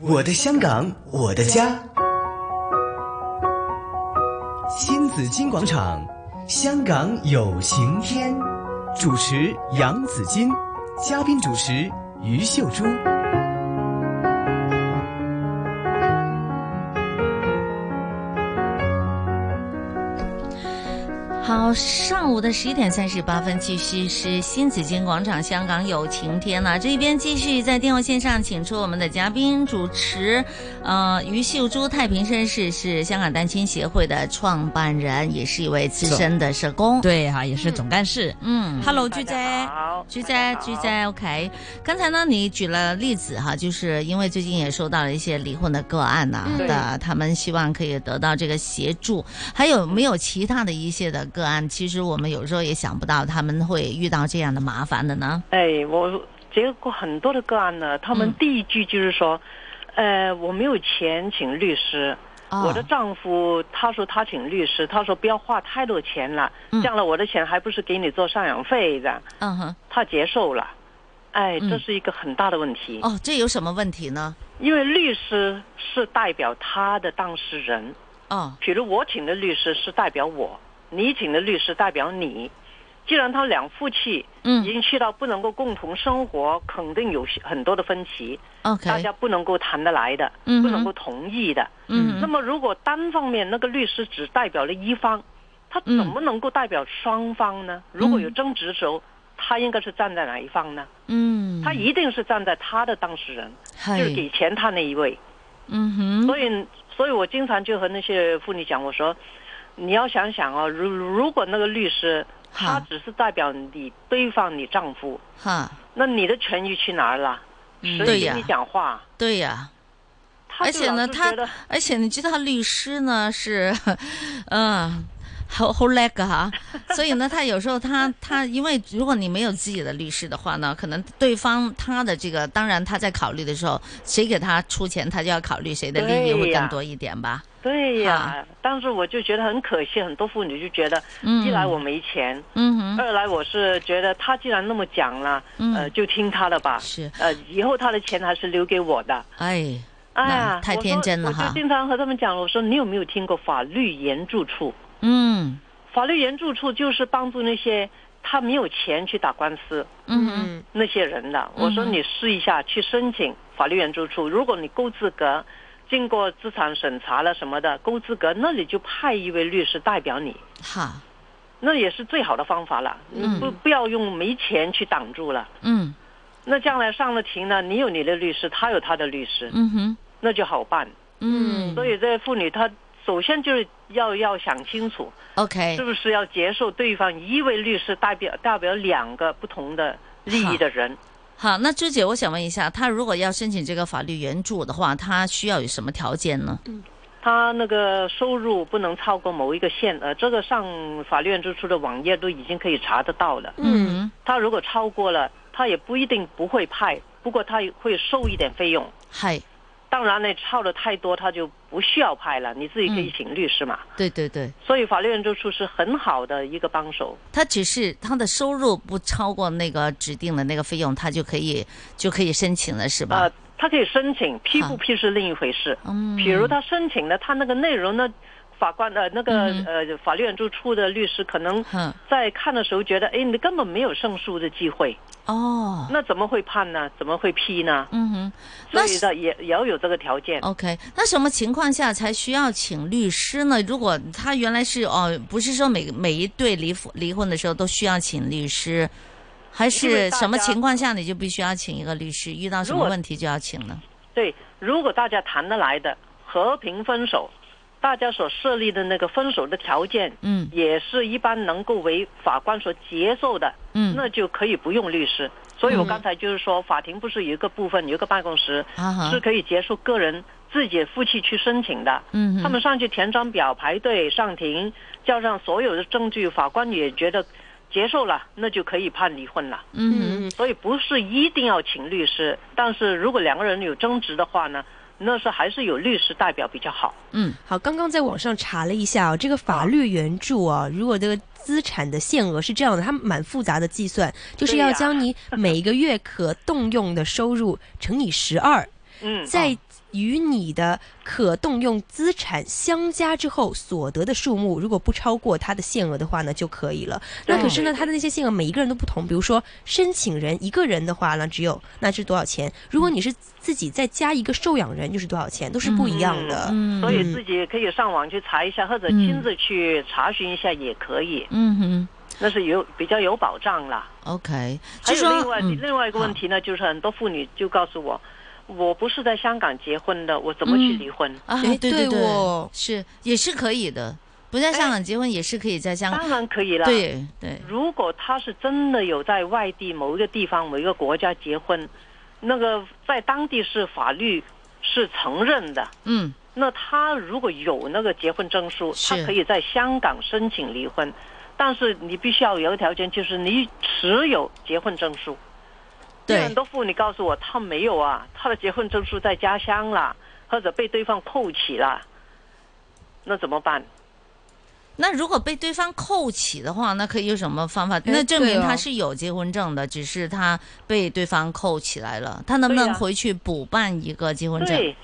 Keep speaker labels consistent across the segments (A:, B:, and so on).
A: 我的香港，我的家。新紫金广场，香港有晴天。主持杨紫金，嘉宾主持于秀珠。
B: 好，上午的十一点三十八分，继续是新紫金广场，香港有晴天了、这边继续在电话线上请出我们的嘉宾主持，呃，于秀珠，太平绅士是香港单亲协会的创办人，也是一位资深的社工。，
C: 对哈、也是总干事。
B: 嗯。
C: Hello，
D: 大
C: 鞠姐，
D: 家好，
B: 居
D: 大
B: 家
D: 家好
B: 居家 OK，刚才呢你举了例子哈，就是因为最近也收到了一些离婚的个案呐、
C: 嗯
B: 的他们希望可以得到这个协助，还有没有其他的一些的个案？其实我们有时候也想不到他们会遇到这样的麻烦的呢。
D: 哎，我结过很多的个案呢，他们
B: 嗯
D: 第一句就是说，呃，我没有钱请律师，
B: 哦
D: 我的丈夫他说他请律师，他说不要花太多钱了，
B: 嗯
D: 这样了我的钱还不是给你做赡养费的，
B: 嗯哼，
D: 他接受了。哎，
B: 嗯
D: 这是一个很大的问题，
B: 哦，这有什么问题呢？
D: 因为律师是代表他的当事人，
B: 哦，
D: 比如我请的律师是代表我，你请的律师代表你。既然他两夫妻已
B: 嗯
D: 经去到不能够共同生活，肯定有很多的分歧，大
B: ，OK，
D: 家不能够谈得来的，
B: 嗯哼
D: 不能够同意的。
B: 嗯
D: 那么，如果单方面那个律师只代表了一方，
B: 嗯
D: 他怎么能够代表双方呢？如果有争执的时候，他应该是站在哪一方呢？
B: 嗯，
D: 他一定是站在他的当事人，
B: 嗨
D: 就是给钱他那一位。
B: 嗯哼，
D: 所以，所以我经常就和那些妇女讲，我说，你要想想哦，如如果那个律师他
B: 哈
D: 只是代表你对方你丈夫，
B: 哈，
D: 那你的权益去哪儿了？
B: 嗯
D: 谁
B: 对
D: 给
B: 呀
D: 你讲话？
B: 对呀、
D: 他
B: 而
D: 就
B: 且呢
D: 老是
B: 他
D: 觉得
B: 而且你知道律师呢是，嗯。好好叻噶哈，所以呢，他有时候他他，因为如果你没有自己的律师的话呢，可能对方他的这个，当然他在考虑的时候，谁给他出钱，他就要考虑谁的利益
D: 对
B: 会
D: 呀
B: 更多一点吧。
D: 对
B: 啊
D: 呀，但是我就觉得很可惜，很多妇女就觉得，
B: 嗯
D: 一来我没钱，
B: 嗯哼，
D: 二来我是觉得他既然那么讲了，
B: 嗯
D: 呃，就听他的吧，
B: 是，
D: 呃，以后他的钱还是留给我的。
B: 哎，
D: 哎
B: 那
D: 呀，
B: 太
D: 我说
B: 天真了哈
D: 我就经常和他们讲，我说你有没有听过法律援助处？
B: 嗯
D: 法律援助处就是帮助那些他没有钱去打官司
B: 嗯哼，
D: 那些人的。我说
B: 嗯
D: 你试一下去申请法律援助处，如果你够资格，经过资产审查了什么的，够资格，那里就派一位律师代表你，
B: 好，
D: 那也是最好的方法了。
B: 嗯
D: 不不要用没钱去挡住了。
B: 嗯
D: 那将来上了庭呢，你有你的律师，他有他的律师，
B: 嗯哼，
D: 那就好办。
B: 嗯
D: 所以这妇女她首先就是要要想清楚，
B: ，OK，
D: 是不是要接受对方一位律师代表代表两个不同的利益的人？
B: 好，那朱姐，我想问一下，他如果要申请这个法律援助的话，他需要有什么条件呢？
D: 他那个收入不能超过某一个限额，这个上法律援助处的网页都已经可以查得到了。
C: 嗯，
B: 嗯，
D: 他如果超过了，他也不一定不会派，不过他也会收一点费用。
B: 嗨，
D: 当然呢，超的太多他就不需要派了，你自己可以请律师嘛。
B: 对对对，
D: 所以法律援助处是很好的一个帮手。
B: 他只是他的收入不超过那个指定的那个费用，他就可以就可以申请了，是吧
D: 呃？，他可以申请，批
B: 好
D: 不批是另一回事。
B: 啊嗯，
D: 比如他申请的，他那个内容呢，法官呃那个
B: 嗯
D: 呃法律援助处的律师可能
B: 哼
D: 在看的时候觉得，哎，你根本没有胜诉的机会，
B: 哦，
D: 那怎么会判呢？怎么会批呢？
B: 嗯哼，
D: 所
B: 那
D: 以
B: 是
D: 呢，也也要有这个条件。
B: OK，那什么情况下才需要请律师呢？如果他原来是哦，不是说每每一对离婚离婚的时候都需要请律师，还
D: 因
B: 是
D: 为大
B: 什么
D: 家
B: 情况下你就必须要请一个律师？遇到什
D: 如
B: 么
D: 果
B: 问题就要请呢？
D: 对，如果大家谈得来的和平分手，大家所设立的那个分手的条件，
B: 嗯
D: 也是一般能够为法官所接受的，
B: 嗯，
D: 那就可以不用律师。所以我
C: 嗯
D: 刚才就是说，法庭不是有一个部分，有一个办公室
B: 啊哈
D: 是，可以接受个人自己夫妻去申请的。
B: 嗯哼，
D: 他们上去填张表、排队上庭，交上所有的证据，法官也觉得接受了，那就可以判离婚了。
B: 嗯哼。
C: 嗯
D: 所以不是一定要请律师，但是如果两个人有争执的话呢，那是还是有律师代表比较好。
B: 嗯，
C: 好，刚刚在网上查了一下哦，这个法律援助啊，如果这个资产的限额是这样的，它蛮复杂的计算，就是
D: 对
C: 要
D: 呀
C: 将你每个月可动用的收入乘以十二。
D: 嗯，
C: 在与你的可动用资产相加之后所得的数目，如果不超过它的限额的话呢，就可以了。那可是呢，
D: 对
C: 它的那些限额每一个人都不同。比如说申请人一个人的话呢，只有那是多少钱？如
D: 嗯
C: 果你是自己再加一个受养人，就是多少钱，都是不一样的。
B: 嗯
D: 所以自己可以上网去查一下，或者亲自去查询一下也可以，
B: 嗯哼
D: 那是有比较有保障啦。
B: ，OK，就
D: 还有
B: 说
D: 另外、
B: 嗯
D: 另外一个问题呢，就是很多妇女就告诉我，我不是在香港结婚的，我怎么去
B: 嗯
D: 离婚？
B: 啊，
C: 哎
B: 对对
C: 对哦
B: 是也是可以的，不在香港结婚也是可以在香港，
D: 当然可以啦。，
B: 对对，
D: 如果他是真的有在外地某一个地方、某一个国家结婚，那个在当地是法律是承认的。
B: 嗯
D: 那他如果有那个结婚证书，
B: 是
D: 他可以在香港申请离婚，但是你必须要有一个条件，就是你持有结婚证书。
B: 对
D: 有很多妇女告诉我，她没有啊，她的结婚证书在家乡啦，或者被对方扣起了，那怎么办？
B: 那如果被对方扣起的话，那可以有什么方法？
C: 哎
B: 那证明
C: 对哦
B: 他是有结婚证的，只是他被对方扣起来了。他能不能
D: 对呀
B: 回去补办一个结婚证？
D: 对，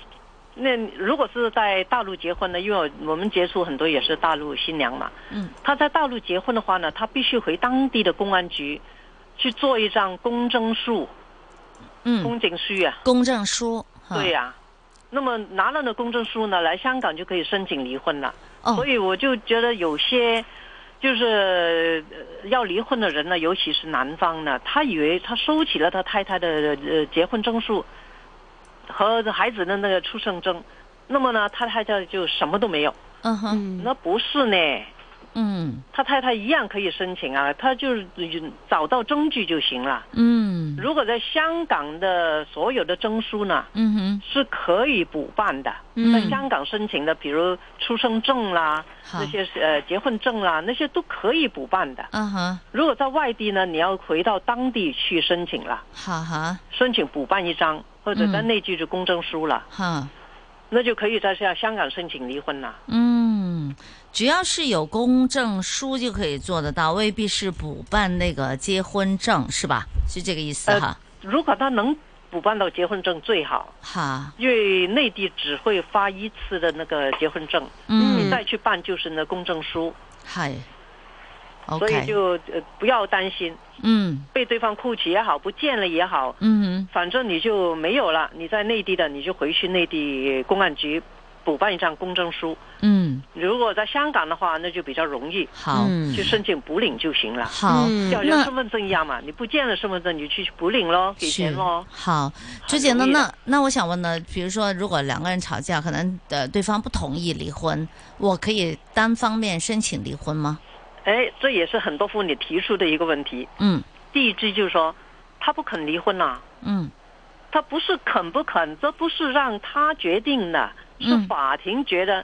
D: 那如果是在大陆结婚呢，因为我我们接触很多也是大陆新娘嘛，
B: 嗯，
D: 她在大陆结婚的话呢，她必须回当地的公安局去做一张公证书、
B: 嗯，
D: 公证书啊，
B: 公证书。哈
D: 对、呀、那么拿了那公证书呢，来香港就可以申请离婚了。所
B: 哦，
D: 以我就觉得有些就是呃要离婚的人呢，尤其是男方呢，他以为他收起了他太太的呃结婚证书和孩子的那个出生证，那么呢，他太太就什么都没有。
B: 嗯哼，
C: 嗯，
D: 那不是呢，
B: 嗯
D: 他太太一样可以申请啊，他就是找到证据就行了。
B: 嗯
D: 如果在香港的所有的证书呢，
B: 嗯哼，
D: 是可以补办的，
B: 嗯
D: 在香港申请的，比如出生证啦，
B: 好
D: 那些呃结婚证啦，那些都可以补办的。
B: 啊哈，
D: 如果在外地呢，你要回到当地去申请了，
B: 哈哈
D: 申请补办一张，或者在
B: 嗯
D: 内地就公证书了，
B: 哈，
D: 那就可以在香香港申请离婚了。
B: 嗯，只要是有公证书就可以做得到，未必是补办那个结婚证，是吧？是这个意思
D: 呃
B: 哈？
D: 如果他能补办到结婚证最好，
B: 哈，
D: 因为内地只会发一次的那个结婚证，
B: 嗯，
D: 再去办就是那公证书，
B: 系
D: 所以
B: ，OK，
D: 就呃不要担心
B: 嗯
D: 被对方扣起也好，不见了也好。
B: 嗯
D: 反正你就没有了，你在内地的你就回去内地公安局补办一张公证书。
B: 哼嗯，
D: 如果在香港的话，那就比较容易，
B: 好
C: 嗯
D: 去申请补领就行了。
B: 好。
C: 嗯
D: 就好像身份证一样嘛，你不见了身份证，你去补领咯，给钱
B: 是
D: 咯。
B: 好，朱
D: 很
B: 姐呢？
D: 容易的
B: 那那我想问呢，比如说，如果两个人吵架，可能呃对方不同意离婚，我可以单方面申请离婚吗？
D: 哎，这也是很多妇女提出的一个问题。
B: 嗯
D: 第一句就是说，他不肯离婚呐、
B: 嗯
D: 他不是肯不肯，这不是让他决定的，是
B: 嗯
D: 法庭觉得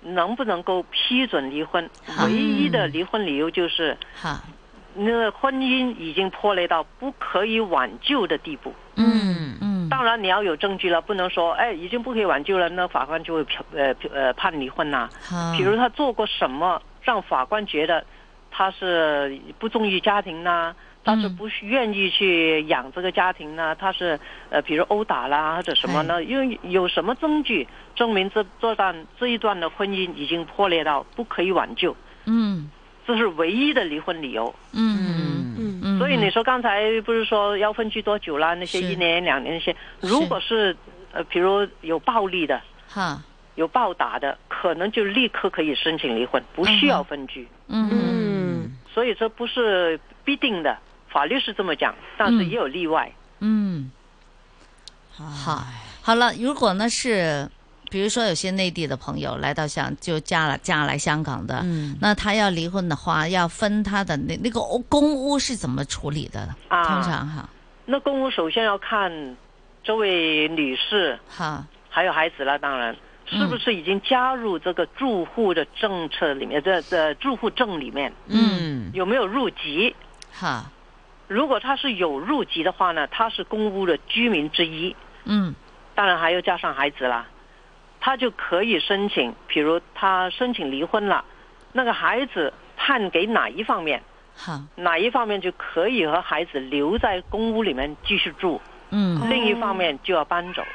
D: 能不能够批准离婚。
B: 好
D: 唯一的离婚理由就是。
B: 好，
D: 那个婚姻已经破裂到不可以挽救的地步。
B: 嗯嗯
D: 当然你要有证据了，不能说哎已经不可以挽救了，那法官就会批呃批呃判离婚呐、
B: 好，
D: 比如他做过什么让法官觉得他是不忠于家庭呐、他是
B: 嗯
D: 不愿意去养这个家庭呢、他是呃，比如殴打啦或者什么
B: 哎
D: 呢？因为有什么证据证明这这段这一段的婚姻已经破裂到不可以挽救？
B: 嗯
D: 这是唯一的离婚理由。
B: 嗯
C: 嗯
B: 嗯，
D: 所以你说刚才不是说要分居多久啦？那些
B: 是
D: 一年两年那些，如果是呃，比如有暴力的、
B: 哈，
D: 有暴打的，可能就立刻可以申请离婚，不需要分居。
B: 嗯
D: 所以这不是必定的，法律是这么讲，但是
B: 嗯
D: 也有例外。
B: 嗯，好，好了，如果呢是，比如说有些内地的朋友来到香，就嫁了嫁来香港的，
E: 嗯，
B: 那他要离婚的话，要分他的那那个屋公屋是怎么处理的？
D: 啊
B: 通常哈，
D: 那公务首先要看这位女士
B: 哈，
D: 还有孩子啦，当然
B: 嗯
D: 是不是已经加入这个住户的政策里面，这这住户证里面
B: 嗯
E: 嗯，
D: 有没有入籍？
B: 哈，
D: 如果他是有入籍的话呢，他是公屋的居民之一，
B: 嗯
D: 当然还要加上孩子啦，他就可以申请，比如他申请离婚了，那个孩子判给哪一方面，
B: 哈，
D: 哪一方面就可以和孩子留在公屋里面继续住，
B: 嗯
D: 另一方面就要搬走。哎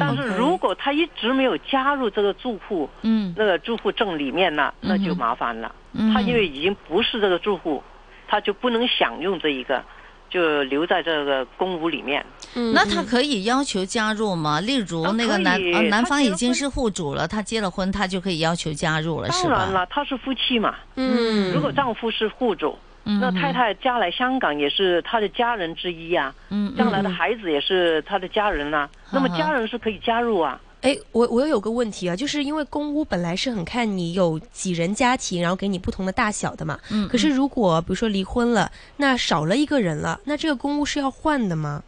D: 但是如果他一直没有加入这个住户
B: 嗯
D: 那个住户证里面呢，那就
B: 嗯哼
D: 麻烦了。
B: 嗯，
D: 他因为已经不是这个住户，他就不能享用这一个，就留在这个公屋里面。
C: 嗯
B: 那他
C: 嗯
B: 可以要求加入吗？例如
D: 啊
B: 那个
D: 可
B: 男
D: 以
B: 呃男
D: 他
B: 方
D: 结
B: 已
D: 了
B: 经
D: 婚
B: 是户主了，他结了婚，他就可以要求加入了，是
D: 当
B: 吧
D: 然？了，他是夫妻嘛，
C: 嗯，
D: 如果丈夫是户主，
B: 嗯
D: 那
B: 哼
D: 太太嫁来香港也是他的家人之一啊，
B: 嗯
D: 将
B: 嗯
D: 来的孩子也是他的家人呐、
E: 嗯
D: 那么家人是可以加入啊。
C: 哎，我我有个问题啊，就是因为公屋本来是很看你有几人家庭，然后给你不同的大小的嘛。
B: 嗯，
C: 可是如果比如说离婚了，那少了一个人了，那这个公屋是要换的吗？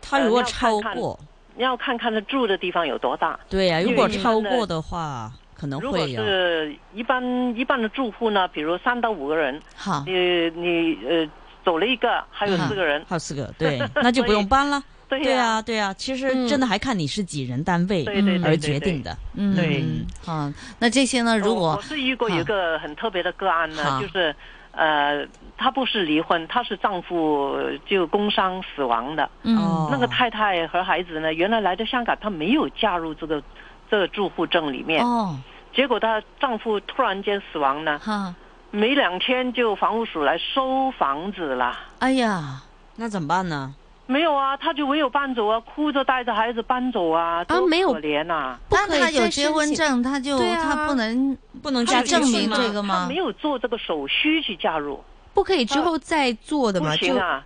E: 他
D: 呃
E: 如果
D: 要看
E: 超
D: 看
E: 过，
D: 你要看看他住的地方有多大。
E: 对呀、
D: 因
E: 如
D: 为
E: 果
D: 一般
E: 超
D: 的
E: 过的话，可能
D: 如果
E: 会呀、
D: 是一般一般的住户呢，比如三到五个人，
E: 啊
B: 好，
D: 你你呃走了一个，还有
E: 嗯
D: 四个人，
E: 还有 四个，对，那就不
D: 所以
E: 用搬了。
D: 对
E: 对
D: 呀、
E: 啊，对啊，其
C: 嗯
E: 实真的还看你是几人单位
D: 对对对对
E: 而决
D: 对
E: 定的。
B: 嗯，
D: 对
B: 嗯好，那这些呢？如
D: 我
B: 果
D: 我是遇过有一个很特别的个案呢
B: 好，
D: 就是呃，她不是离婚，她是丈夫就工伤死亡的。
B: 嗯
E: 哦
D: 那个太太和孩子呢，原来来到香港，她没有加入这个这个住户证里面，
B: 哦
D: 结果她丈夫突然间死亡呢，
B: 哈，
D: 没两天就房屋署来收房子了。
B: 哎呀，
E: 那怎么办呢？
D: 没有啊，她就唯有搬走啊，哭着带着孩子搬走啊，多
C: 没有
D: 可怜啊呐、
C: 不
B: 但
C: 可以
B: 他有
C: 再
B: 结
C: 申
B: 婚
C: 请
B: 证，他就
C: 对啊
B: 他不能
E: 不能
B: 他
E: 加
B: 有证明
E: 吗
B: 这个
D: 她
B: 吗
D: 没？有做这个手续去加入，
C: 不可以之
B: 哦
C: 后再做的
D: 不
C: 吗？
D: 行啊，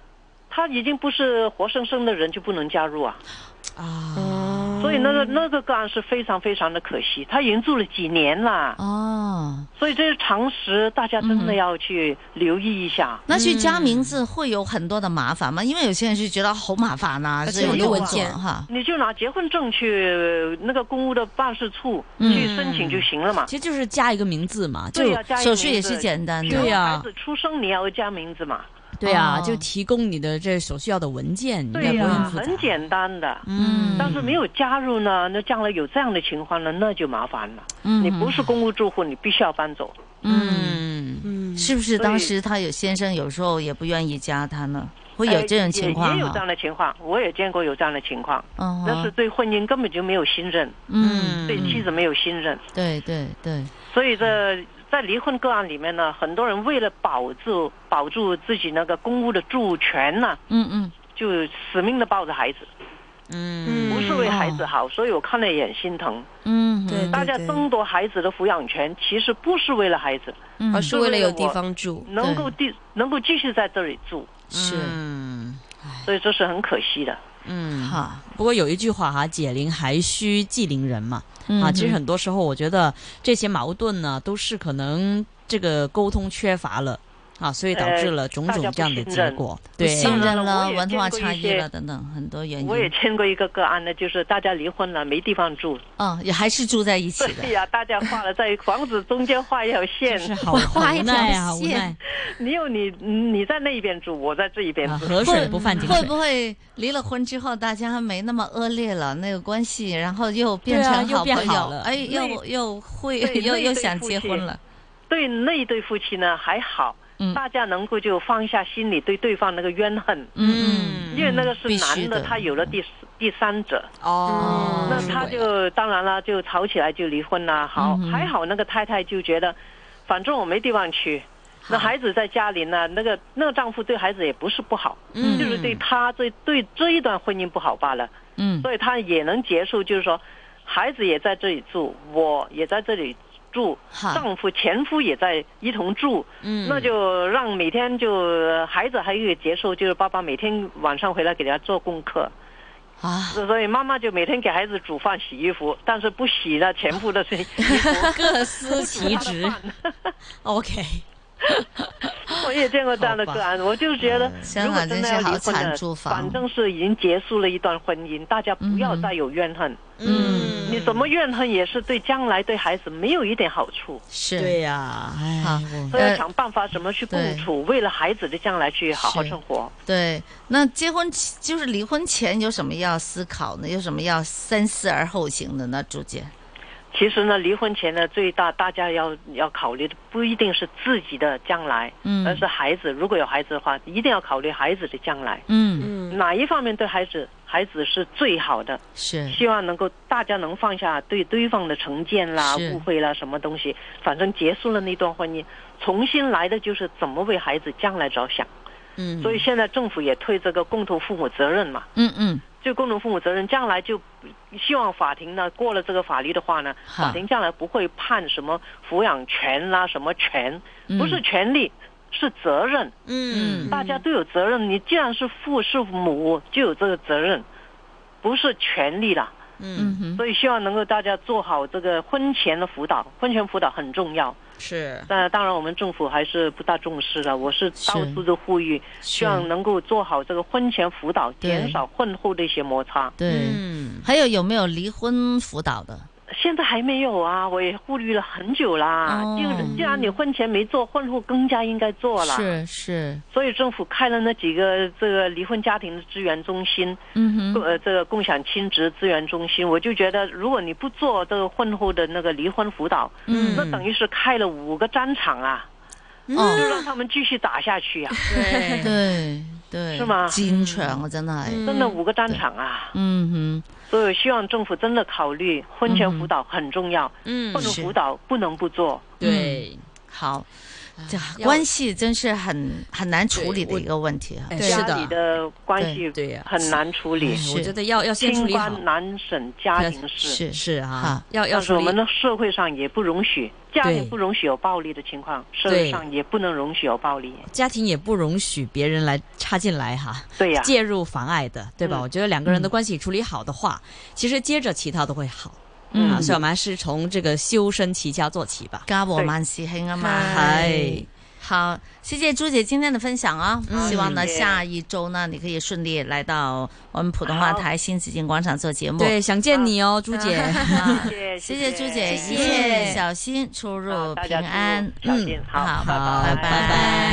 D: 她已经不是活生生的人，就不能加入啊。
C: 就
E: 啊，
C: 哦，
D: 所以那个那个个案是非常非常的可惜，她已经住了几年了，
B: 哦，
D: 所以这是常识，大家真的要去留意一下。
B: 那去加名字
D: 嗯
B: 会有很多的麻烦吗？因为有些人是觉得好麻烦啊呐，
C: 而
B: 所
C: 且
B: 以
D: 很
B: 我就
D: 多呃文
B: 做
C: 件
B: 哈，
D: 你就拿结婚证去那个公屋的办事处
B: 嗯
D: 去申请就行了嘛。
E: 其实就是加一个名字嘛，就
D: 对啊呀、加一个
B: 手续也
D: 名字
B: 是简单的
E: 嗯对。呀
D: 孩子出生你要加名字嘛？
E: 对啊，
B: 哦
E: 就提供你的这所需要的文件，应该
D: 对啊
E: 嗯不
D: 呀、
E: 会复杂。
D: 很简单的。
E: 嗯，
D: 但是没有加入呢，那将来有这样的情况呢，那就麻烦了。
B: 嗯
D: 你不是公屋住户，你必须要搬走。
B: 嗯，
E: 嗯，
C: 嗯，
B: 是不是当
D: 所以
B: 时他有先生有时候也不愿意加他呢？会有
D: 哎
B: 这种情况
D: 也也有
B: 哈
D: 这样的情况，我也见过有这样的情况。
B: 嗯
D: 那是
B: 哼，
D: 对婚姻根本就没有信任，
B: 嗯，
D: 对妻子没有信任，
B: 对对对，
D: 所以这在离婚个案里面呢，很多人为了保住保住自己那个公屋的住权呢，
B: 嗯嗯，
D: 就死命的抱着孩子，
E: 嗯，
D: 不是
B: 哦
D: 为孩子好，所以我看了也心疼。
B: 嗯，
C: 对
D: 大家争夺孩子的抚养权，其实不是为了孩子
B: 嗯
C: 而是为了有地方住，
D: 能够地能够继续在这里住，
B: 是
E: 嗯
D: 所以这是很可惜的。
E: 嗯，
B: 好
E: 不过有一句话哈，解铃还须系铃人嘛。啊，
B: 嗯
E: 其实
B: 哼
E: 很多时候，我觉得这些矛盾呢，都是可能这个沟通缺乏了啊，所以导致了种
D: 呃
E: 种这样的结果。
B: 不
E: 对，
B: 信任了，
D: 我也
B: 文化
D: 见过一
B: 差异了
D: 些
B: 等等很多原因，
D: 我也见过一个个案呢，就是大家离婚了没地方住，
B: 嗯也还是住在一起
D: 对
B: 的，
D: 呀、啊大家画了在房子中间画一条线
E: 真，是好无奈啊，好无奈
D: 你有你你在那一边住，我在这一边
E: 啊，
D: 住。
E: 河水不犯井
B: 会
E: 水。
B: 不会离了婚之后大家没那么恶劣了那个关系，然后又变
E: 对啊
B: 成
E: 又
B: 好
E: 变
B: 朋
E: 好
B: 友，
E: 了
B: 哎，又
D: 对
B: 又会
D: 对
B: 又
D: 那一
B: 又
D: 对
B: 想
D: 夫
B: 结婚
D: 妻
B: 了，
D: 对那一对夫妻呢还好，
B: 嗯
D: 大家能够就放下心里对对方那个怨恨，
B: 嗯嗯
D: 因为那个是
B: 必须
D: 男的，
B: 的
D: 他有了第四第三者，
E: 哦，
D: 那他就当然了，就吵起来就离婚啦。好，
B: 嗯
D: 还好那个太太就觉得，反正我没地方去。那孩子在家里呢，那个那个丈夫对孩子也不是不好，
E: 嗯
D: 就是对他对对这一段婚姻不好罢了，
B: 嗯
D: 所以他也能接受，就是说，孩子也在这里住，我也在这里住，
B: 好
D: 丈夫前夫也在一同住，
E: 嗯，。
D: 那就让每天就孩子还可以接受，就是爸爸每天晚上回来给他做功课，
B: 啊，
D: 所以妈妈就每天给孩子煮饭、洗衣服，但是不洗呢前夫的 衣服
E: 各司其
D: 不煮
E: 职嗯
D: 他的饭
E: ，OK，
D: 我也见过这样的个案，我就觉得，
B: 香
D: 如果
B: 港真
D: 真的
B: 是
D: 要
B: 好
D: 离婚
B: 惨
D: 了
B: 住，房，
D: 反正是已经结束了一段婚姻，大家不要
B: 嗯哼
D: 再有怨恨。
B: 嗯
D: 你怎么怨恨也是对将来对孩子没有一点好处，
B: 是
E: 对呀，哎
B: 好
E: 我
D: 所以要
B: 呃
D: 想办法怎么去
B: 嗯对
D: 共处，为了孩子的将来去好好
B: 是
D: 生活。
B: 对，那结婚前就是离婚前有什么要思考呢？有什么要三思而后行的呢？朱姐，
D: 其实呢，离婚前呢，最大大家要要考虑的不一定是自己的将来，
B: 嗯
D: 而是孩子。如果有孩子的话，一定要考虑孩子的将来，
B: 嗯
C: 嗯
D: 哪一方面对孩子孩子是最好的。
B: 嗯
E: 是
D: 希望能够大家能放下对对方的成见啦、
E: 是
D: 误会啦，什么东西，反正结束了那段婚姻，重新来的就是怎么为孩子将来着想。
E: 嗯，
D: 所以现在政府也推这个共同父母责任嘛，
E: 嗯嗯
D: 就共同父母责任，将来就希望法庭呢过了这个法律的话呢，
E: 好
D: 法庭将来不会判什么抚养权啦、什么权，
E: 嗯
D: 不是权利，是责任，
E: 嗯
D: 大家都有责任。你既然是父是母，就有这个责任，不是权利啦。
E: 嗯
B: 嗯哼，
D: 所以希望能够大家做好这个婚前的辅导，婚前辅导很重要。
E: 是
D: 那当然，我们政府还是不大重视的。我是到
E: 是
D: 处都呼吁，希
E: 是
D: 望能够做好这个婚前辅导，
B: 对
D: 减少婚后的一些摩擦。
B: 对。
E: 嗯
B: 还有有没有离婚辅导的？
D: 现在还没有啊，我也呼吁了很久啦。
B: 哦
D: 既然既然你婚前没做，婚后更加应该做了。
B: 是是，
D: 所以政府开了那几个这个离婚家庭的支援中心，
B: 嗯哼，
D: 呃，这个共享亲职资源中心，我就觉得，如果你不做这个婚后的那个离婚辅导，
E: 嗯
D: 那等于是开了五个战场啊，
B: 哦
D: 就让他们继续打下去啊呀、
E: 对
B: 对对，
D: 是嗯嗎
B: 战場啊，真係，
E: 嗯
D: 真的五个战场啊！
B: 嗯
D: 所以我希望政府真的考虑婚前辅导很重要，
E: 嗯
D: 婚后
B: 是
D: 辅导不能不做。
E: 对。
B: 哼，好，这
E: 要
B: 关系真是很很难处理的一个问题啊。
E: 哎
C: 对
E: 是
D: 家里
E: 的，
D: 的关系
E: 对呀
D: 很难处理
E: 哎，我
B: 是
E: 觉得要要先处
D: 清
E: 理好
D: 官，难审家庭事。
B: 是
E: 是啊
B: 好，
E: 要要
D: 但是
E: 处
D: 我
E: 理
D: 们的社会上也不容许，家
E: 对
D: 庭不容许有暴力的情况，社
E: 对
D: 会上也不能容许有暴力。
E: 家庭也不容许别人来插进来哈，
D: 对呀、
E: 介入妨碍的，对吧？
D: 嗯
E: 我觉得两个人的关系处理好的话，其实接着其他都会好。
B: 嗯
E: 啊，所以我们还是从这个修身齐家做起吧。
B: 家和萬事興啊嘛，
E: 嗨
B: 係。好，谢谢朱姐今天的分享啊！
E: 嗯
B: 希望呢
D: 谢谢
B: 下一周呢，你可以顺利来到我们普通话
D: 好
B: 台新紫金广场做节目。
E: 对，想见你哦，朱姐。
B: 啊，
D: 谢
B: 谢
D: 谢
B: 谢朱姐，
D: 谢
B: 一
E: 谢
B: 切小心出入
D: 啊好大
B: 平
D: 家
B: 安。
D: 注意小心，
B: 好
D: 好，
E: 嗯好
B: 拜
E: 拜拜